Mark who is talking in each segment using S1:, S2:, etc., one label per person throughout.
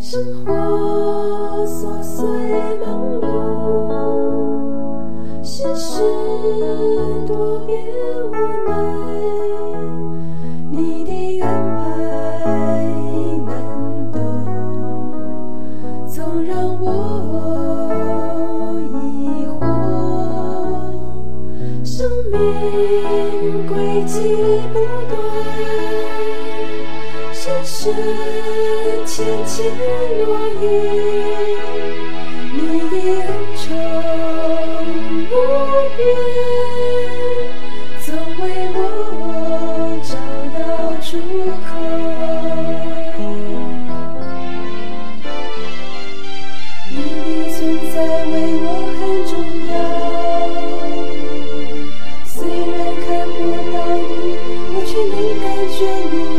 S1: 生活琐碎忙碌，世事多变无奈，你的安排难懂，总让我疑惑，生命轨迹不对。深深浅浅落雨，你的恩宠不变，总为我找到出口。你的存在为我很重要，虽然看不到你，我却能感觉你。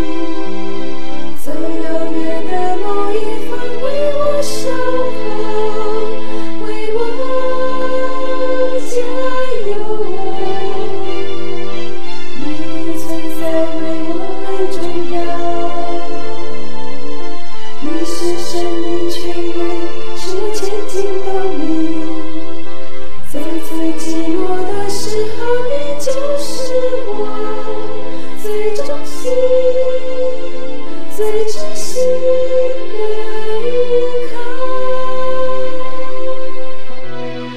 S1: 在遥远的某一方为我守候，为我加油。你的存在为我很重要，你是生命泉源，使我前进动力。在最寂寞的时候，你就是我最衷心。最知心的依靠。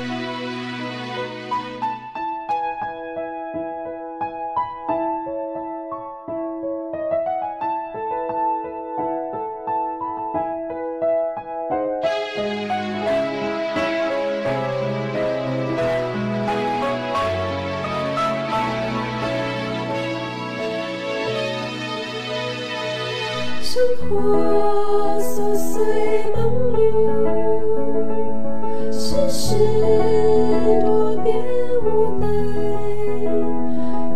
S1: 生活琐碎忙碌，世事多变无奈，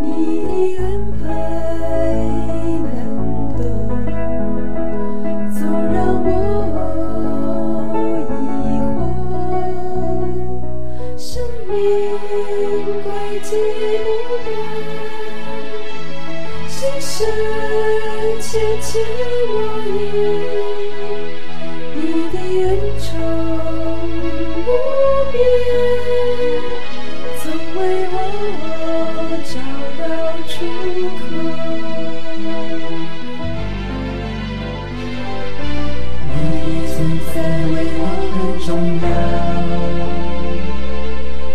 S1: 你的安排难懂，总让我疑惑，生命轨迹不对。深深浅浅落雨，你的恩宠无边，总为我找到出口。你的存在为我很重要，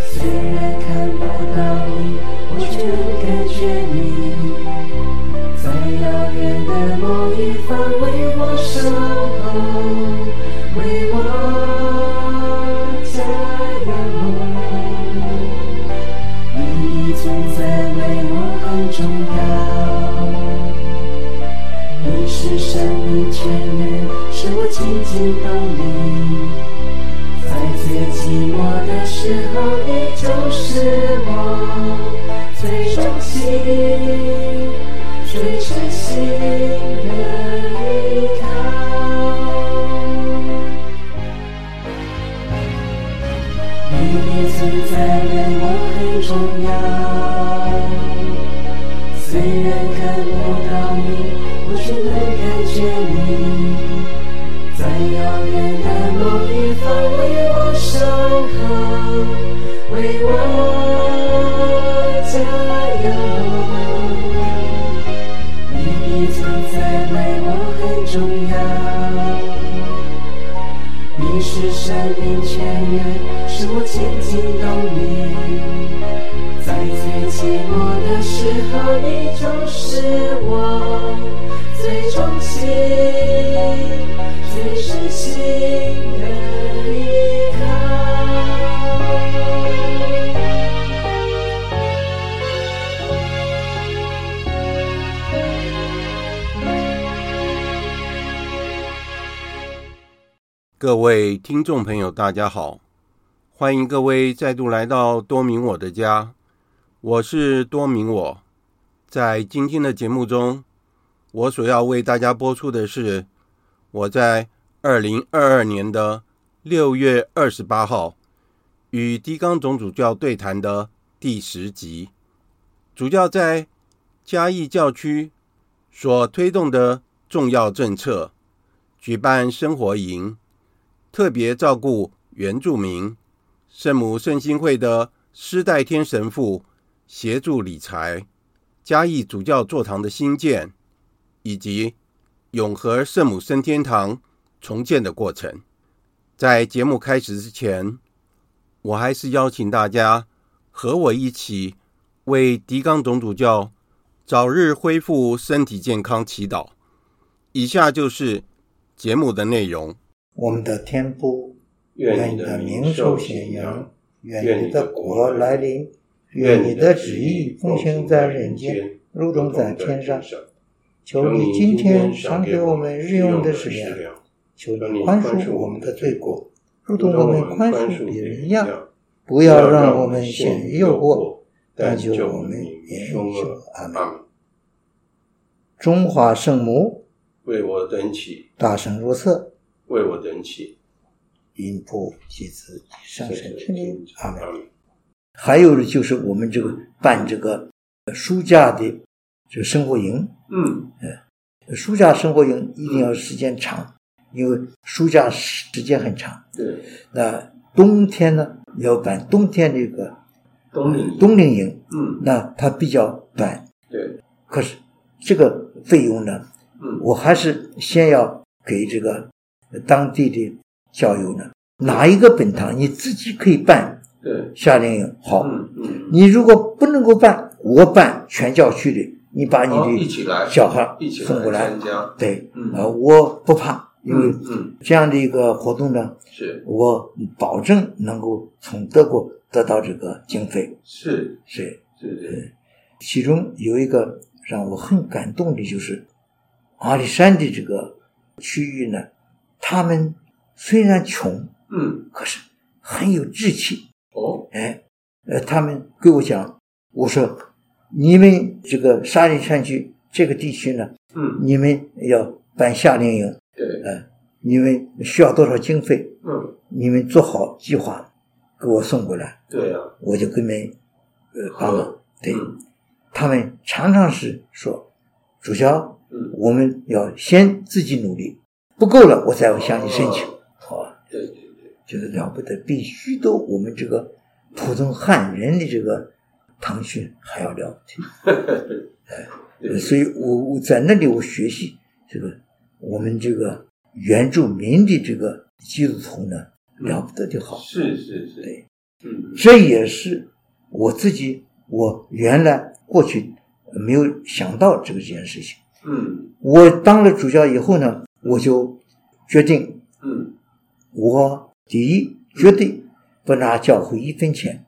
S1: 虽然看不到你，我却能感觉你。在遥远的某一方为我守候，为我加油。你的存在为我很重要，你是生命泉源，使我紧紧动力。在最寂寞的时候，你就是我最衷心、最真心的依靠。你的存在为我很重要，虽然看不到你，我却能感觉你。在遥远的某一方为我守候，为我加油。你的存在为我很重要，你是生命泉源，使啊我前进动力。在最寂寞的时候，你就是我最衷心、最真心的依靠。
S2: 各位听众朋友，大家好，欢迎各位再度来到多明我的家，我是多明我。在今天的节目中，我所要为大家播出的是我在二零二二年的六月二十八号与狄刚总主教对谈的第十集。主教在嘉义教区所推动的重要政策举办生活营，特别照顾原住民。圣母圣心会的施代天神父协助理财，嘉义主教座堂的兴建，以及永和圣母升天堂重建的过程。在节目开始之前，我还是邀请大家和我一起为狄刚总主教早日恢复身体健康祈祷。以下就是节目的内容。
S3: 我们的天父，
S4: 愿
S3: 愿
S4: 你
S3: 你
S4: 的
S3: 的
S4: 名
S3: 名受
S4: 受显
S3: 显
S4: 扬
S3: 扬，，
S4: 愿
S3: 愿
S4: 你
S3: 你
S4: 的
S3: 的
S4: 国
S3: 国
S4: 来
S3: 来
S4: 临
S3: 临，
S4: 愿
S3: 愿
S4: 你
S3: 你
S4: 的
S3: 的
S4: 旨
S3: 旨
S4: 意
S3: 意
S4: 奉
S3: 奉
S4: 行
S3: 行在
S4: 在人
S3: 人
S4: 间
S3: 间，
S4: 如
S3: 如
S4: 同
S3: 同
S4: 在
S3: 在
S4: 天
S3: 天
S4: 上
S3: 上。
S4: 求
S3: 求
S4: 你
S3: 你
S4: 今
S3: 今
S4: 天
S3: 天
S4: 赏
S3: 赏
S4: 给
S3: 给
S4: 我
S3: 我
S4: 们
S3: 们
S4: 日
S3: 日
S4: 用
S3: 用
S4: 的
S3: 的
S4: 食
S3: 食
S4: 粮
S3: 粮，，求你宽恕我们的罪过，如
S4: 如同
S3: 同
S4: 我
S3: 我
S4: 们
S3: 们
S4: 宽
S3: 宽
S4: 恕
S3: 恕
S4: 别
S3: 别
S4: 人
S3: 人
S4: 一
S3: 一
S4: 样
S3: 样。。
S4: 不
S3: 不
S4: 要
S3: 要
S4: 让
S3: 让
S4: 我
S3: 我
S4: 们
S3: 们
S4: 陷
S3: 陷
S4: 于
S3: 于
S4: 诱
S3: 诱
S4: 惑
S3: 惑，
S4: 但
S3: 但
S4: 救
S3: 救
S4: 我
S3: 我
S4: 们
S3: 们
S4: 免
S3: 免
S4: 于
S3: 于
S4: 凶
S3: 凶
S4: 恶
S3: 恶。
S4: 阿
S3: 阿
S4: 门
S3: 们。中华圣母，
S4: 为我的恩起，
S3: 大圣若瑟，
S4: 为我的恩起，
S3: 云父及子及上
S4: 圣
S3: 神
S4: 神
S3: 之灵
S4: 听，
S3: 阿门
S4: 阿。门。
S3: 还有就是我们这个办这个呃书架的这个生活营，
S4: 嗯，
S3: 书架生活营一定要时间长，因为书架时时间很长。
S4: 对，
S3: 那冬天呢，要办冬天这个
S4: 东岭，
S3: 冬令营，
S4: 嗯，
S3: 那它比较短。
S4: 对，
S3: 可是这个费用呢，
S4: 嗯，
S3: 我还是先要给这个当地的教友呢，哪一个本堂你自己可以办
S4: 对，
S3: 夏令营好。
S4: 嗯嗯，
S3: 你如果不能够办，我办全教区的，你把你
S4: 哦一
S3: 的
S4: 起来，
S3: 小孩
S4: 一起
S3: 送过来
S4: 参加，
S3: 对
S4: 嗯，
S3: 啊，我不怕，因为
S4: 嗯嗯
S3: 这样的一个活动呢，
S4: 是
S3: 我保证能够从德国得到这个经费。
S4: 是
S3: 是，
S4: 是是，
S3: 其中有一个让我很感动的，就是阿里山的这个区域呢，他们虽然穷，
S4: 嗯，
S3: 可是很有志气。
S4: 哦，
S3: 哎，呃，他们跟我讲，我说你们这个沙里山区这个地区呢，
S4: 嗯，
S3: 你们要办夏令营，
S4: 对，
S3: 你们需要多少经费，
S4: 嗯，
S3: 你们做好计划，给我送过来，
S4: 对啊，
S3: 我就跟你们呃帮忙
S4: 好。
S3: 对、
S4: 嗯
S3: 他们常常是说，主教，
S4: 嗯，
S3: 我们要先自己努力，不够了我再向你申请。
S4: 哦
S3: 好、啊，
S4: 对对对，
S3: 就是了不得，比许多我们这个普通汉人的这个唐训还要了不 得。
S4: 对
S3: 所以我我在那里我学习这个我们这个原住民的这个基督徒呢，
S4: 嗯
S3: 了不得的好。
S4: 是是是，
S3: 对，
S4: 嗯，
S3: 这也是我自己我原来过去没有想到这个这件事情。
S4: 嗯
S3: 我当了主教以后呢，我就决定，
S4: 嗯，
S3: 我第一绝对不拿教会一分钱，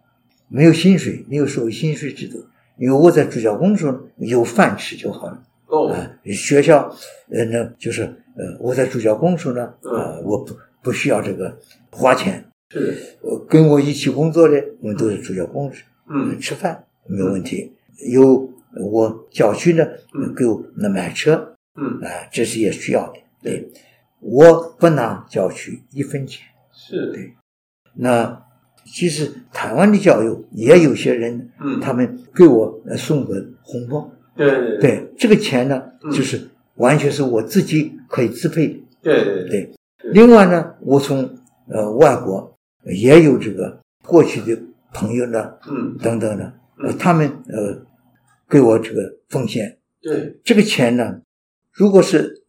S3: 没有薪水，没有收薪水制度，因为我在主教工作有饭吃就好了。
S4: 哦，
S3: 啊，学校，呃，那就是呃，我在主教公署呢，
S4: 嗯
S3: 呃，我不不需要这个花钱，
S4: 是，
S3: 呃，跟我一起工作的，我们都是主教公署，
S4: 嗯
S3: 吃饭没有问题。有我教区呢
S4: 嗯，
S3: 给我那买车
S4: 嗯
S3: 啊、，这是也需要的。对，我不拿教区一分钱。
S4: 是，
S3: 对那其实台湾的教友也有些人，
S4: 嗯，
S3: 他们给我呃送个红包，
S4: 对对
S3: 对，这个钱呢
S4: 嗯，
S3: 就是完全是我自己可以支配的。
S4: 对对
S3: 对，另外呢，我从呃外国也有这个过去的朋友呢，
S4: 嗯
S3: 等等呢，呃
S4: 嗯
S3: 他们呃给我这个奉献，
S4: 对，
S3: 这个钱呢，如果是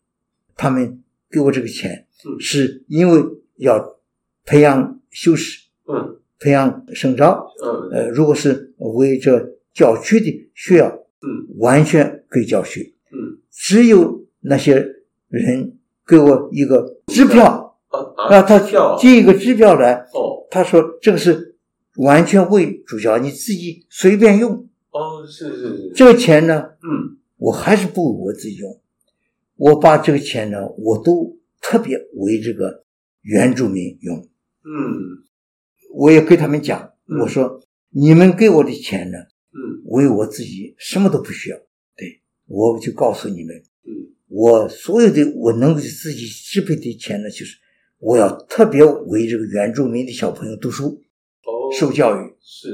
S3: 他们给我这个钱
S4: 嗯，
S3: 是因为要培养修士，
S4: 嗯
S3: 培养圣召，
S4: 嗯
S3: 呃，如果是为这教区的需要，
S4: 嗯
S3: 完全归教区。
S4: 嗯，
S3: 只有那些人给我一个支票，
S4: 啊
S3: 啊，他
S4: 跳
S3: 寄一个支票来，
S4: 哦
S3: 他说这个是完全为主教，你自己随便用。
S4: 哦是是是，
S3: 这个钱呢，
S4: 嗯
S3: 我还是不为我自己用，我把这个钱呢，我都特别为这个原住民用。
S4: 嗯
S3: 我也跟他们讲，
S4: 嗯
S3: 我说你们给我的钱呢，
S4: 嗯
S3: 为我自己什么都不需要。对，我就告诉你们，
S4: 嗯，
S3: 我所有的我能够自己支配的钱呢，就是我要特别为这个原住民的小朋友读书、
S4: 哦
S3: 受教育。
S4: 是，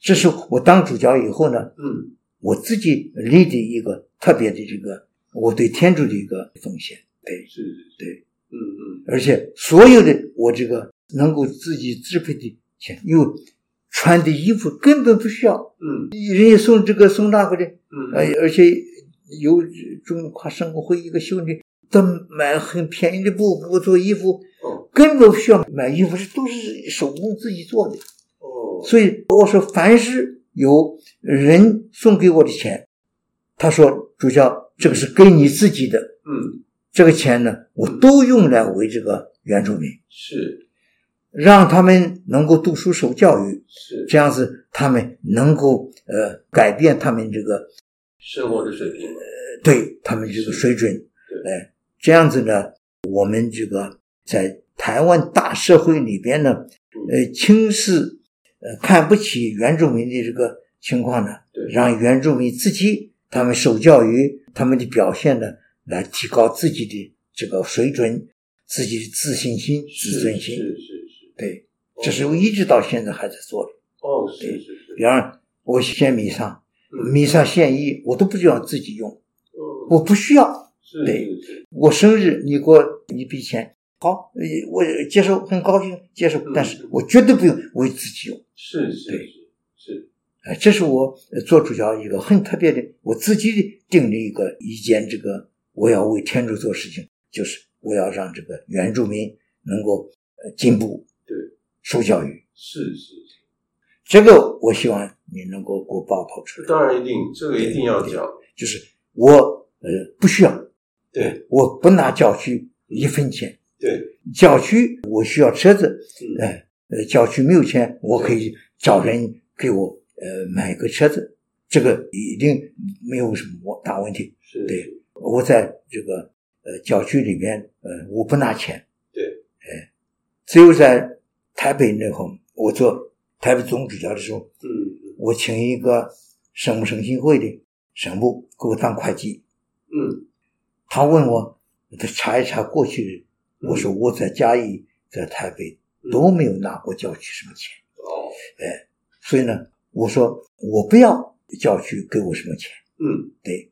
S3: 这是我当主教以后呢，
S4: 嗯
S3: 我自己立的一个特别的这个我对天主的一个奉献。对
S4: 是，
S3: 对，
S4: 嗯嗯
S3: 而且所有的我这个能够自己支配的钱，因为穿的衣服根本不需要，
S4: 嗯
S3: 人家送这个送那个的，
S4: 嗯，
S3: 呃，而且有中华商工会一个兄弟，他买很便宜的布给我做衣服，
S4: 哦
S3: 根本不需要买衣服，是都是手工自己做的。
S4: 哦，
S3: 所以我说，凡是有人送给我的钱，他说主教这个是给你自己的，
S4: 嗯
S3: 这个钱呢，我都用来为这个原住民，
S4: 是
S3: 让他们能够读书受教育，
S4: 是
S3: 这样子他们能够呃改变他们这个
S4: 生活的水平，
S3: 对他们这个水准，
S4: 对
S3: 哎，这样子呢，我们这个在台湾大社会里边呢，呃，轻视、呃看不起原住民的这个情况呢，
S4: 对
S3: 让原住民自己他们受教育，他们的表现呢，来提高自己的这个水准，自己的自信心、自尊
S4: 是
S3: 心。
S4: 是是是，
S3: 对，
S4: 哦
S3: 这是我一直到现在还在做的。
S4: 哦是是是，
S3: 比方我献弥撒
S4: 嗯，
S3: 弥撒献艺，我都不需要自己用，
S4: 哦
S3: 我不需要。
S4: 是是是，
S3: 我生日，你给我一笔钱，好，呃我接受，很高兴接受
S4: 嗯，
S3: 但是我绝对不用我自己用。
S4: 是是是
S3: 哎，这是我呃做主教一个很特别的，我自己定的一个意见。这个我要为天主做事情，就是我要让这个原住民能够呃进步，
S4: 对，
S3: 受教育。
S4: 是是是，
S3: 这个我希望你能够给我报道出来，
S4: 当然一定，这个一定要讲，
S3: 就是我呃不需要，
S4: 对
S3: 我不拿教区一分钱，
S4: 对，
S3: 教区我需要车子，
S4: 嗯
S3: 哎，呃，郊区没有钱，我可以找人给我呃买个车子，这个一定没有什么大问题。
S4: 是，
S3: 对我在这个呃郊区里边，呃，我不拿钱。
S4: 对，
S3: 哎，只有在台北那会儿，我做台北总主教的时候，
S4: 嗯嗯
S3: 我请一个省省亲会的省部给我当会计，
S4: 嗯
S3: 他问我，他查一查过去的，我说我在嘉义，在台北
S4: 嗯
S3: 都没有拿过郊区什么钱。
S4: 哦
S3: 所以呢，我说我不要教区给我什么钱，
S4: 嗯
S3: 对，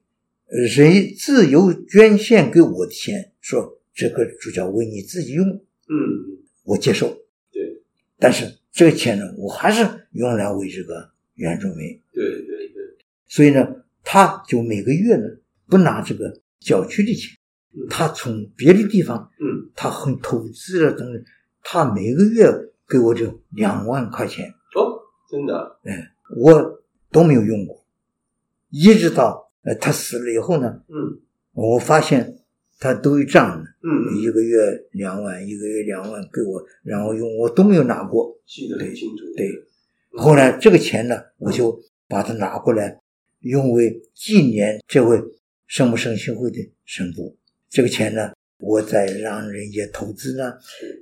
S3: 呃谁自由捐献给我的钱，说这个主教为你自己用，
S4: 嗯
S3: 我接受。
S4: 对，
S3: 但是这个钱呢，我还是用来为这个原住民，
S4: 对对对，
S3: 所以呢，他就每个月呢不拿这个教区的钱
S4: 嗯，
S3: 他从别的地方，
S4: 嗯
S3: 他很投资了等等，他每个月给我这两万块钱。
S4: 哦真的
S3: 我都没有用过，一直到呃他死了以后呢，
S4: 嗯
S3: 我发现他都有账的，
S4: 嗯
S3: 一个月两万，一个月两万给我，然后用我都没有拿过。
S4: 记得很清楚
S3: 对，后来这个钱呢，我就把它拿过来，用为纪念这位圣母圣心会的神父。这个钱呢，我再让人家投资呢，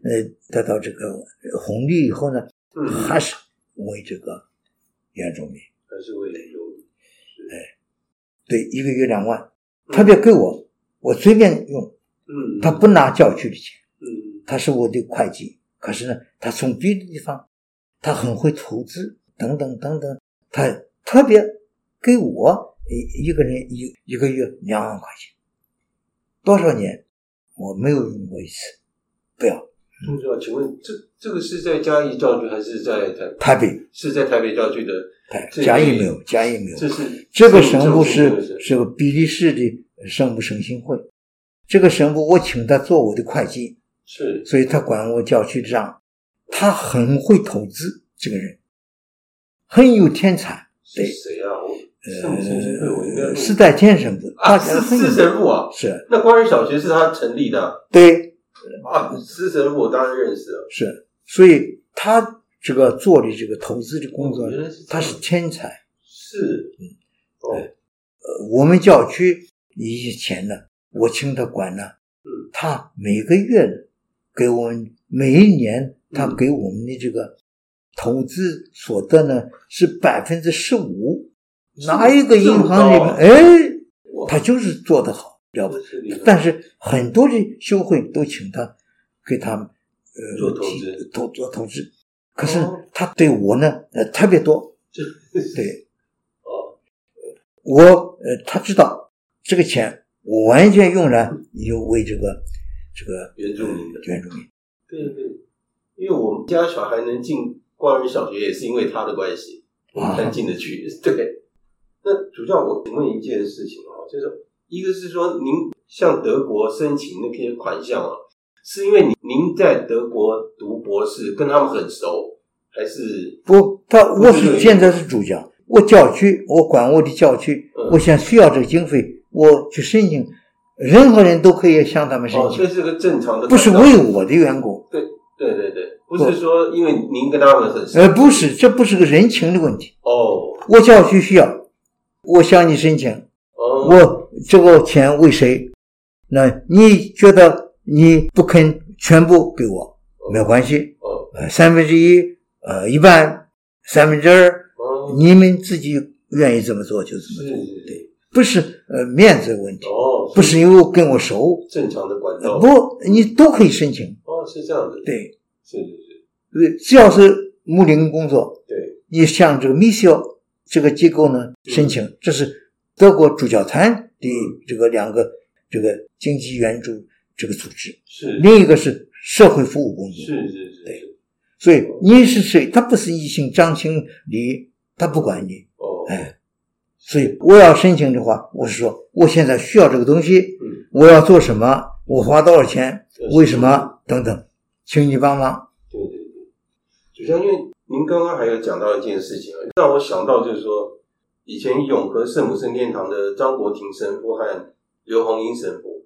S3: 呃，得到这个红利以后呢，
S4: 嗯
S3: 还是为这个原住民。
S4: 还是会有嗯
S3: 对，一个月两万，特别给我，我随便用，
S4: 嗯
S3: 他不拿教区的钱，
S4: 嗯
S3: 他是我的会计。可是呢，他从别的地方，他很会投资，等等等等，他特别给我一一个人一一个月两万块钱，多少年我没有用过一次，不要
S4: 不知道，请问这这个是在嘉义教区还是在台
S3: 台北，
S4: 是在台北教区的？
S3: 台
S4: 这
S3: 嘉义没有，嘉义没有，
S4: 这是
S3: 这个神父
S4: 这
S3: 是
S4: 是
S3: 是个比利时的圣母圣心会，这个神父我请他做我的会计，
S4: 是
S3: 所以他管我叫去账。他很会投资，这个人很有天才。
S4: 是谁啊？我圣母圣心会我应该
S3: 呃，是代天神父，
S4: 啊，
S3: 大
S4: 是
S3: 家很有
S4: 是神父啊。
S3: 是
S4: 那关于小学是他成立的
S3: 对
S4: 啊，是神父我当然认识了。
S3: 是，所以他这个做的这个投资的工作
S4: 哦原来是这样
S3: 他是天才。
S4: 是，哦，
S3: 呃我们教区以前呢，我请他管呢，
S4: 嗯
S3: 他每个月给我们每一年他
S4: 嗯
S3: 给我们的这个投资所得呢是百分之十五，哪一个银行里面
S4: 这么高
S3: 哎，
S4: 我
S3: 他就是做得好了不起。
S4: 是你
S3: 但是很多的修会都请他给他们呃
S4: 做投资
S3: 提投做投资，可是
S4: 哦
S3: 他对我呢呃特别多，对，
S4: 哦，
S3: 我呃，他知道这个钱我完全用来有为这个这个
S4: 原住民的
S3: 原住民。
S4: 对对，因为我们家小孩能进光仁小学，也是因为他的关系，我们才进得去。 对，那主教，我请问一件事情哦，就是一个是说，您向德国申请那些款项啊，是因为您您在德国读博士，跟他们很熟，还是
S3: 不，他
S4: 不
S3: 我
S4: 是
S3: 是现在是主教，我教区我管我的教区，
S4: 嗯
S3: 我想需要这个经费，我去申请，任何人都可以向他们申
S4: 哦，
S3: 请，
S4: 这哦是个正常的
S3: 不
S4: 管
S3: 是
S4: 道？
S3: 为我的员工，
S4: 对对对，不是说因为您跟他们很熟
S3: 呃，不是，这不是个人情的问题，
S4: 哦
S3: 我教区需要，我向你申请，
S4: 哦，
S3: 我这个钱为谁？那你觉得你不肯全部给我，没有关系，
S4: 哦
S3: 呃，三分之一，呃，一半，三分之二，
S4: 哦，
S3: 你们自己愿意怎么做就怎么
S4: 是
S3: 做，
S4: 是
S3: 对，不是呃面子问题，
S4: 哦，
S3: 不是因为我跟我熟，呃
S4: 正常的管道
S3: 不，你都可以申请，
S4: 哦，是这样子，
S3: 对，
S4: 是是是，
S3: 呃只要是牧林工作，
S4: 对，
S3: 你向这个 MISIO 这个机构呢申请，这是德国主教团的
S4: 嗯
S3: 这个两个这个经济援助这个组织，
S4: 是
S3: 另一个是社会服务工
S4: 是
S3: 作，
S4: 是是是
S3: 所以你是谁，他不是一姓张姓李，他不管你，
S4: 哦，
S3: 哎，所以我要申请的话，我是说我现在需要这个东西，
S4: 嗯，
S3: 我要做什么，我花多少钱
S4: 对，
S3: 为什么等等，请你帮忙。
S4: 对对对，主教，因为您刚刚还有讲到一件事情啊，让我想到就是说，以前永和圣母圣殿堂的张国庭神父和刘红英神父，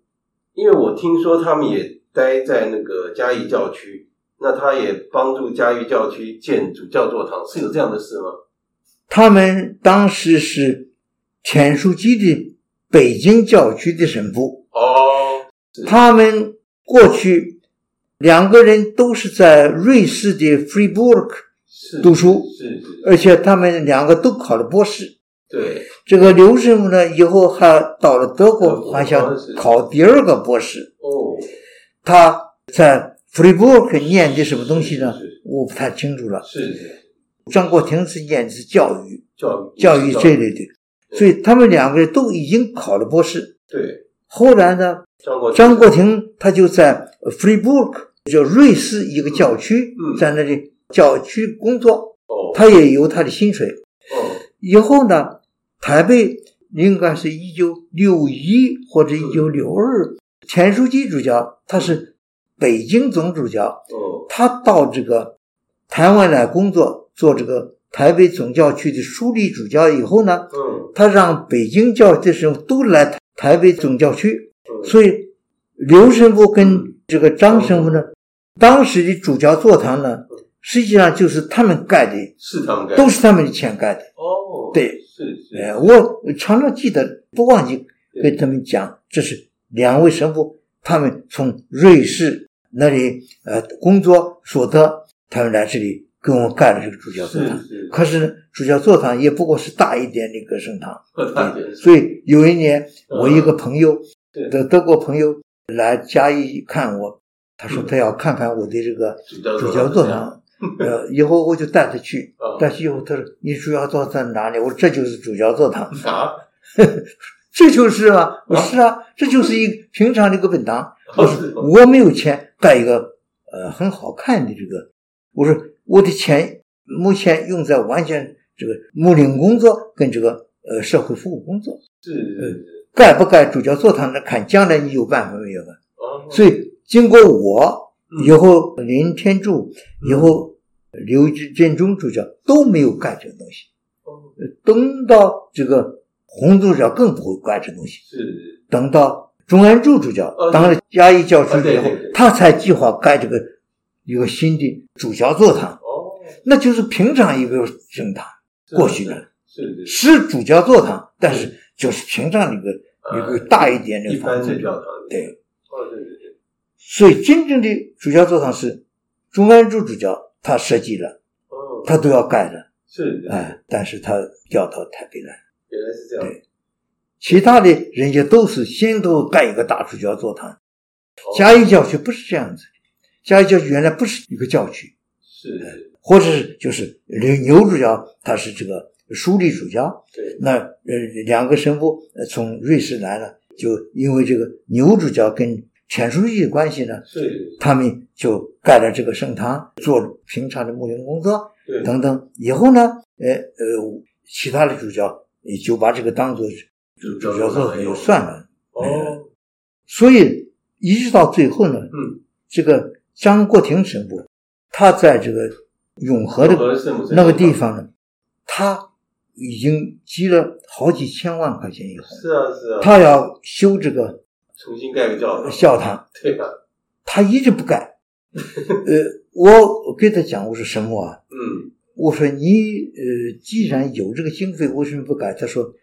S4: 因为我听说他们也待在那个嘉义教区，那他也帮助嘉义教区建主教座堂，是有这样的事吗？
S3: 他们当时是田书记的北京教区的神父，
S4: 哦，
S3: 他们过去两个人都是在瑞士的 Freiburg，
S4: 是
S3: 读书
S4: 是是，
S3: 而且他们两个都考了博士。
S4: 对，
S3: 这个刘师傅呢，以后还到了德
S4: 德
S3: 国，
S4: 国
S3: 还想考第二个博士。
S4: 哦，
S3: 他在 Freiburg 念的什么东西呢
S4: 是是？
S3: 我不太清楚了。
S4: 是是，
S3: 张国庭是念的是教育，
S4: 教
S3: 教育这类的，所以他们两个人都已经考了博士。
S4: 对，
S3: 后来呢，
S4: 张国
S3: 张国庭他就在 Freiburg，就瑞士一个教区，
S4: 嗯
S3: 在那里教区工作，
S4: 哦
S3: 他也有他的薪水。
S4: 哦
S3: 以后呢，台北应该是一九六一或
S4: 嗯
S3: 者一九六二，田书记主教他是北京总主教，
S4: 哦
S3: 他到这个台湾来工作，做这个台北总教区的书立主教以后呢，
S4: 嗯
S3: 他让北京教的时候都来台北总教区，
S4: 嗯，
S3: 所以刘神父跟这个张神父呢，当时的主教座堂呢，实际上就是他们盖的，
S4: 是他们干的
S3: 都是他们的钱盖的。
S4: 哦，
S3: 对，
S4: 是是，
S3: 哎，我常常记得，不忘记
S4: 对
S3: 跟他们讲，这是两位神父他们从瑞士那里呃工作所得，他们来这里给我们盖了这个主教座
S4: 是
S3: 堂。
S4: 是，
S3: 可是呢，主教座堂也不过是大一点的一个圣堂，
S4: 可大点
S3: 所以有一年，
S4: 嗯
S3: 我一个朋友
S4: 对
S3: 的德国朋友来嘉义看我，他说他要看看我的这个
S4: 主教
S3: 主教座堂，呃，以后我就带他去
S4: 嗯。
S3: 但是以后他说你主教座堂在哪里？我说这就是主教座堂，
S4: 啊，
S3: 这就是啊。我说是啊，这就是一个平常的一个本堂。
S4: 哦是哦
S3: 我没有钱盖一个呃很好看的这个，我说我的钱目前用在完全这个牧林工作跟这个呃社会服务工作，
S4: 是是
S3: 盖不盖主教座堂那看将来你有办法没有啊？
S4: 哦，
S3: 所以经过我
S4: 嗯
S3: 以后林天柱以后刘建中主教都没有干这个东西，
S4: 哦
S3: 等到这个洪主教更不会干这个东西，
S4: 是是
S3: 等到中安柱主教
S4: 哦
S3: 当了嘉义教区
S4: 哦对
S3: 以后
S4: 对对，
S3: 他才计划盖这个一个新的主教座堂，
S4: 哦，
S3: 那就是平常一个圣堂，
S4: 是
S3: 过去的
S4: 是是是
S3: 是主教座堂，但是就是平常的一个
S4: 啊
S3: 一个大一点的
S4: 一般
S3: 房子
S4: 的，教堂，
S3: 对。
S4: 哦对对对，
S3: 所以真正的主教座堂是中安柱主教他设计了，
S4: 哦
S3: 他都要盖的，
S4: 是的，
S3: 哎，但是他调到台北来，
S4: 原来是这样，
S3: 对其他的人家都是先都盖一个大主教座堂。
S4: 哦
S3: 嘉义教区不是这样子，嘉义教区原来不是一个教区，
S4: 是是，
S3: 或者是就是牛主教他是这个书立主教，
S4: 对，
S3: 那呃两个神父呃从瑞士来了，就因为这个牛主教跟钱书记的关系呢，
S4: 是，
S3: 他们就盖了这个圣堂，做平常的牧灵工作
S4: 对，
S3: 等等。以后呢，呃呃，其他的主教也就把这个当做主主教做法就算了。
S4: 哦，
S3: 所以一直到最后呢，
S4: 嗯，
S3: 这个张国庭神父，他在这个永和的
S4: 和圣母圣
S3: 哎那个地方呢，他已经积了好几千万块钱以后，
S4: 是啊是啊，
S3: 他要修这个
S4: 重新盖个教堂，
S3: 教堂，
S4: 对啊，
S3: 他一直不干。呃，我跟他讲，我说神父啊，
S4: 嗯，
S3: 我说你呃，既然有这个经费，为什么不改？他说，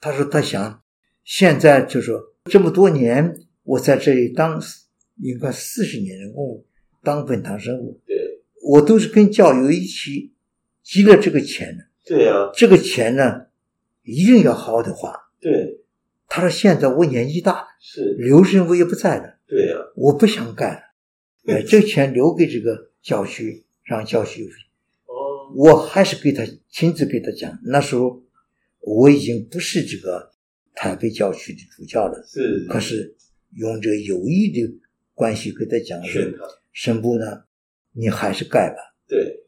S3: 他说他想，现在就说这么多年，我在这里当应该四十年的公务，当本堂神父，
S4: 对
S3: 我都是跟教友一起积了这个钱的，
S4: 对啊，
S3: 这个钱呢，一定要好好的花。
S4: 对
S3: 他说现在我年纪大了，
S4: 是，
S3: 留神我也不在了。
S4: 对啊，
S3: 我不想干了，哎，这个钱留给这个教区，让教区。
S4: 哦，
S3: 我还是给他亲自给他讲，那时候我已经不是这个台北教区的主教了，
S4: 是
S3: 可是用这个友谊的关系给他讲说
S4: 劝，他，
S3: 神父呢，你还是盖吧，
S4: 对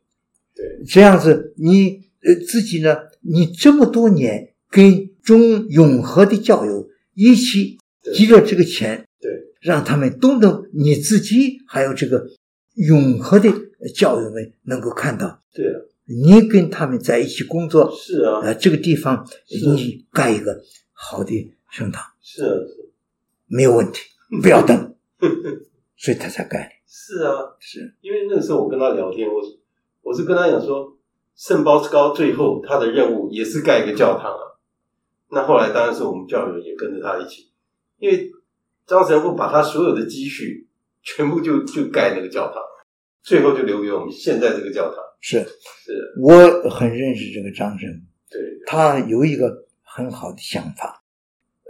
S3: 这样子你呃自己呢，你这么多年跟中永和的教友一起积了这个钱，
S4: 对，
S3: 让他们都能你自己还有这个永和的教友们能够看到，
S4: 对啊，
S3: 你跟他们在一起工作，
S4: 是啊
S3: 呃，这个地方
S4: 是
S3: 你盖一个好的圣堂
S4: 是啊
S3: 没有问题，不要等， 所以他才盖，
S4: 嗯是啊，
S3: 是
S4: 因为那个时候我跟他聊天，我我是跟他讲说，圣包斯高最后他的任务也是盖一个教堂啊。那后来当然是我们教友也跟着他一起，因为张神父把他所有的积蓄全部就就盖那个教堂，最后就留给我们现在这个教堂。
S3: 是，
S4: 是，
S3: 我很认识这个张生。
S4: 对，
S3: 他有一个很好的想法，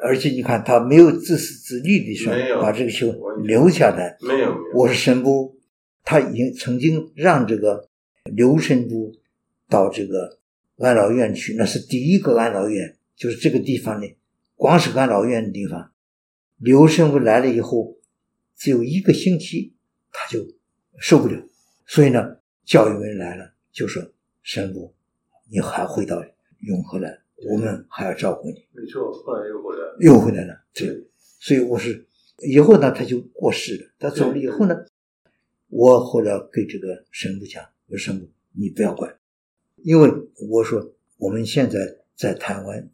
S3: 而且你看他没有自私自利的说
S4: 没有
S3: 把这个球
S4: 我
S3: 留下来。
S4: 没有没有，
S3: 我是神父，他已经曾经让这个刘神父到这个安老院去，那是第一个安老院，就是这个地方呢，光是安老院的地方。刘神父来了以后，只有一个星期，他就受不了，所以呢，教育人来了就说：“神父，你还回到永和来，我们还要照顾你。”
S4: 没错，后来又回来了。
S3: 又回来了。对，所以我是以后呢，他就过世了。他走了以后
S4: 嗯
S3: 呢，我后来给这个神父讲，我说神父，你不要管，因为我说我们现在在台湾，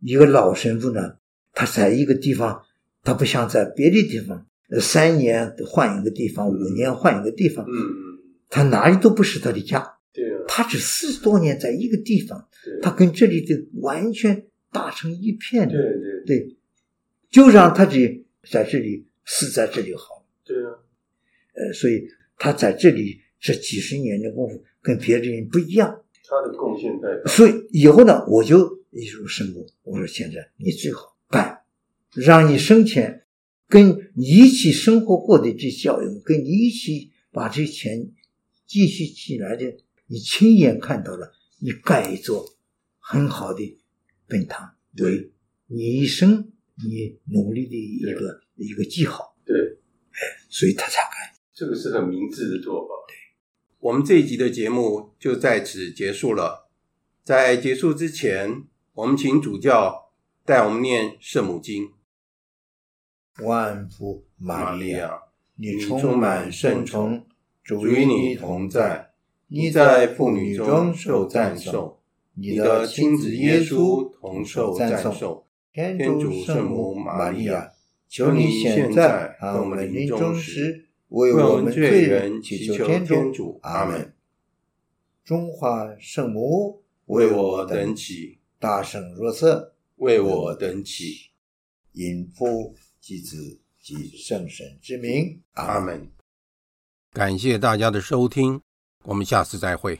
S3: 一个老神父呢，他在一个地方，他不像在别的地方，呃三年换一个地方，五年换一个地方
S4: 嗯，嗯，
S3: 他哪里都不是他的家，
S4: 对啊，
S3: 他只四十多年在一个地方，
S4: 对，
S3: 他跟这里的完全打成一片的
S4: 对。对
S3: 对，就让他这在这里是在这里好，
S4: 对啊，
S3: 呃，所以他在这里这几十年的功夫跟别的人不一样，
S4: 他的贡献太大。
S3: 所以以后呢，我就一说神父，我说现在你最好干，让你生前跟你一起生活过的这教友，跟你一起把这钱继续起来的，你亲眼看到了，你盖一座很好的本堂，为你一生你努力的一个一个记号，
S4: 对，
S3: 所以他才敢。
S4: 这个是很明智的做法。
S2: 我们这一集的节目就在此结束了。在结束之前，我们请主教带我们念圣母经。
S5: 万福玛利亚，
S3: 啊
S2: 亚，
S5: 你充满圣宠，主
S2: 与
S5: 与
S2: 你
S5: 你
S2: 同
S5: 同
S2: 在
S5: 在，，
S2: 你
S5: 你
S2: 在
S5: 在
S2: 妇
S5: 妇
S2: 女
S5: 女
S2: 中
S5: 中
S2: 受
S5: 受
S2: 赞
S5: 赞
S2: 颂
S5: 颂，，
S2: 你
S5: 你
S2: 的
S5: 的
S2: 亲
S5: 亲
S2: 子
S5: 子
S2: 耶
S5: 耶
S2: 稣
S5: 稣
S2: 同
S5: 同
S2: 受
S5: 受
S2: 赞
S5: 赞
S2: 颂
S5: 颂。
S2: 天
S5: 天
S2: 主
S5: 主
S2: 圣
S5: 圣
S2: 母
S5: 母
S2: 玛
S5: 玛
S2: 利
S5: 利
S2: 亚
S5: 亚，
S2: 求
S5: 求
S2: 你
S5: 你
S2: 现
S5: 现
S2: 在
S5: 在
S2: 和
S5: 和
S2: 我
S5: 我
S2: 们
S5: 们
S2: 临
S5: 临
S2: 终
S5: 终
S2: 时
S5: 时，为
S2: 为我
S5: 我
S2: 们
S5: 们
S2: 罪
S5: 罪
S2: 人
S5: 人
S2: 祈
S5: 祈
S2: 求
S5: 求
S2: 天
S5: 天
S2: 主
S5: 主。
S2: 阿
S5: 阿
S2: 门
S5: 门。中华圣母，
S2: 为
S5: 为
S2: 我
S5: 我
S2: 等
S5: 等
S2: 起，
S5: 大圣若瑟，
S2: 为我等起。
S5: 因父及子及圣神之名，
S2: 阿
S5: 阿门。
S2: 门。感谢大家的收听，我们下次再会。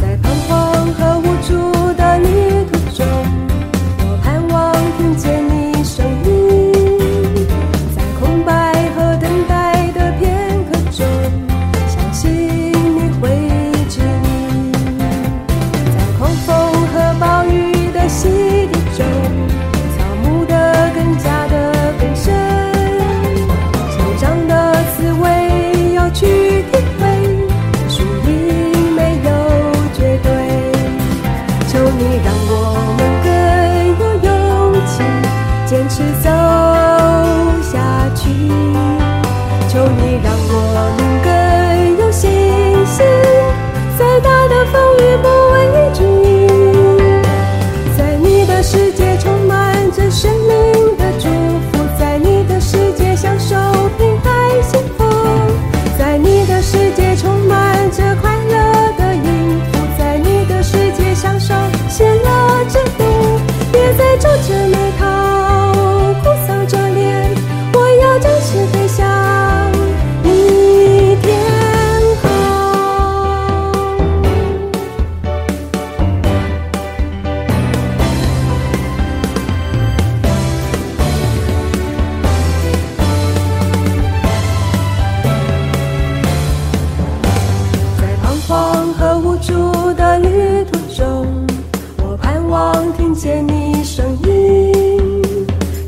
S6: 在彷徨和无助的泥土中，我盼望听见你声音。
S1: 望和无助的旅途中，我盼望听见你声音，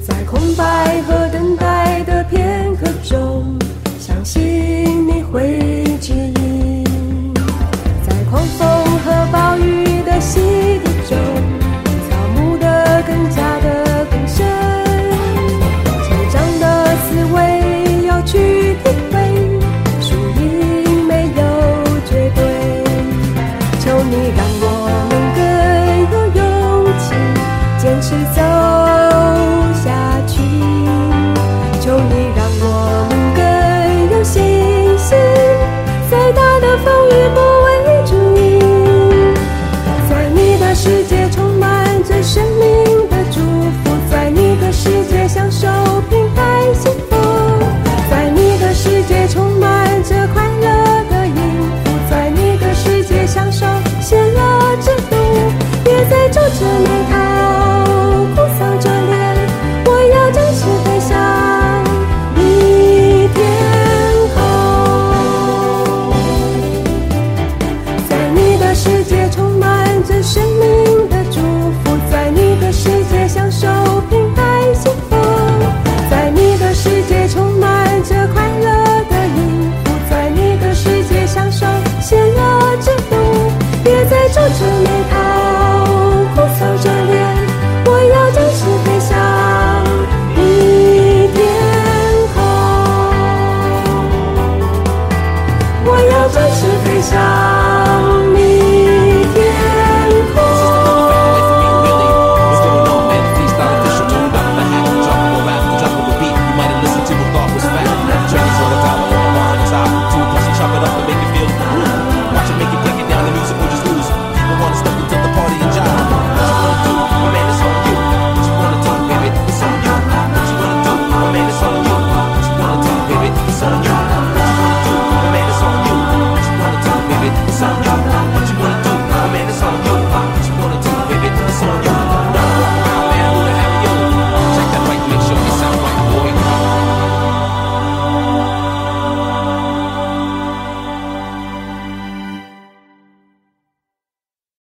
S1: 在空白和等待的片刻中，相信你会指引。在狂风和暴雨的洗涤中，草木的更加的更深。成长的滋味要去体会，输赢没有绝对。求你让我们更有勇气，坚持走下去。求你让我们更有信心，再大的风雨不畏惧。在你的世界充满着生命的祝福，在你的世界享受平凡幸福，在你的世界充满着快乐的音符，在你的世界享受喜乐之路，别再皱着眉头，哭丧着脸，我要真实飞翔你天空。在你的世界充满着生命的祝福，在你的世界享受平凡幸福，在你的世界充满着快乐的音符，在你的世界享受喜乐之路，别再皱着眉头，哭丧着脸，我要真实飞翔你天空。我要展翅飞翔。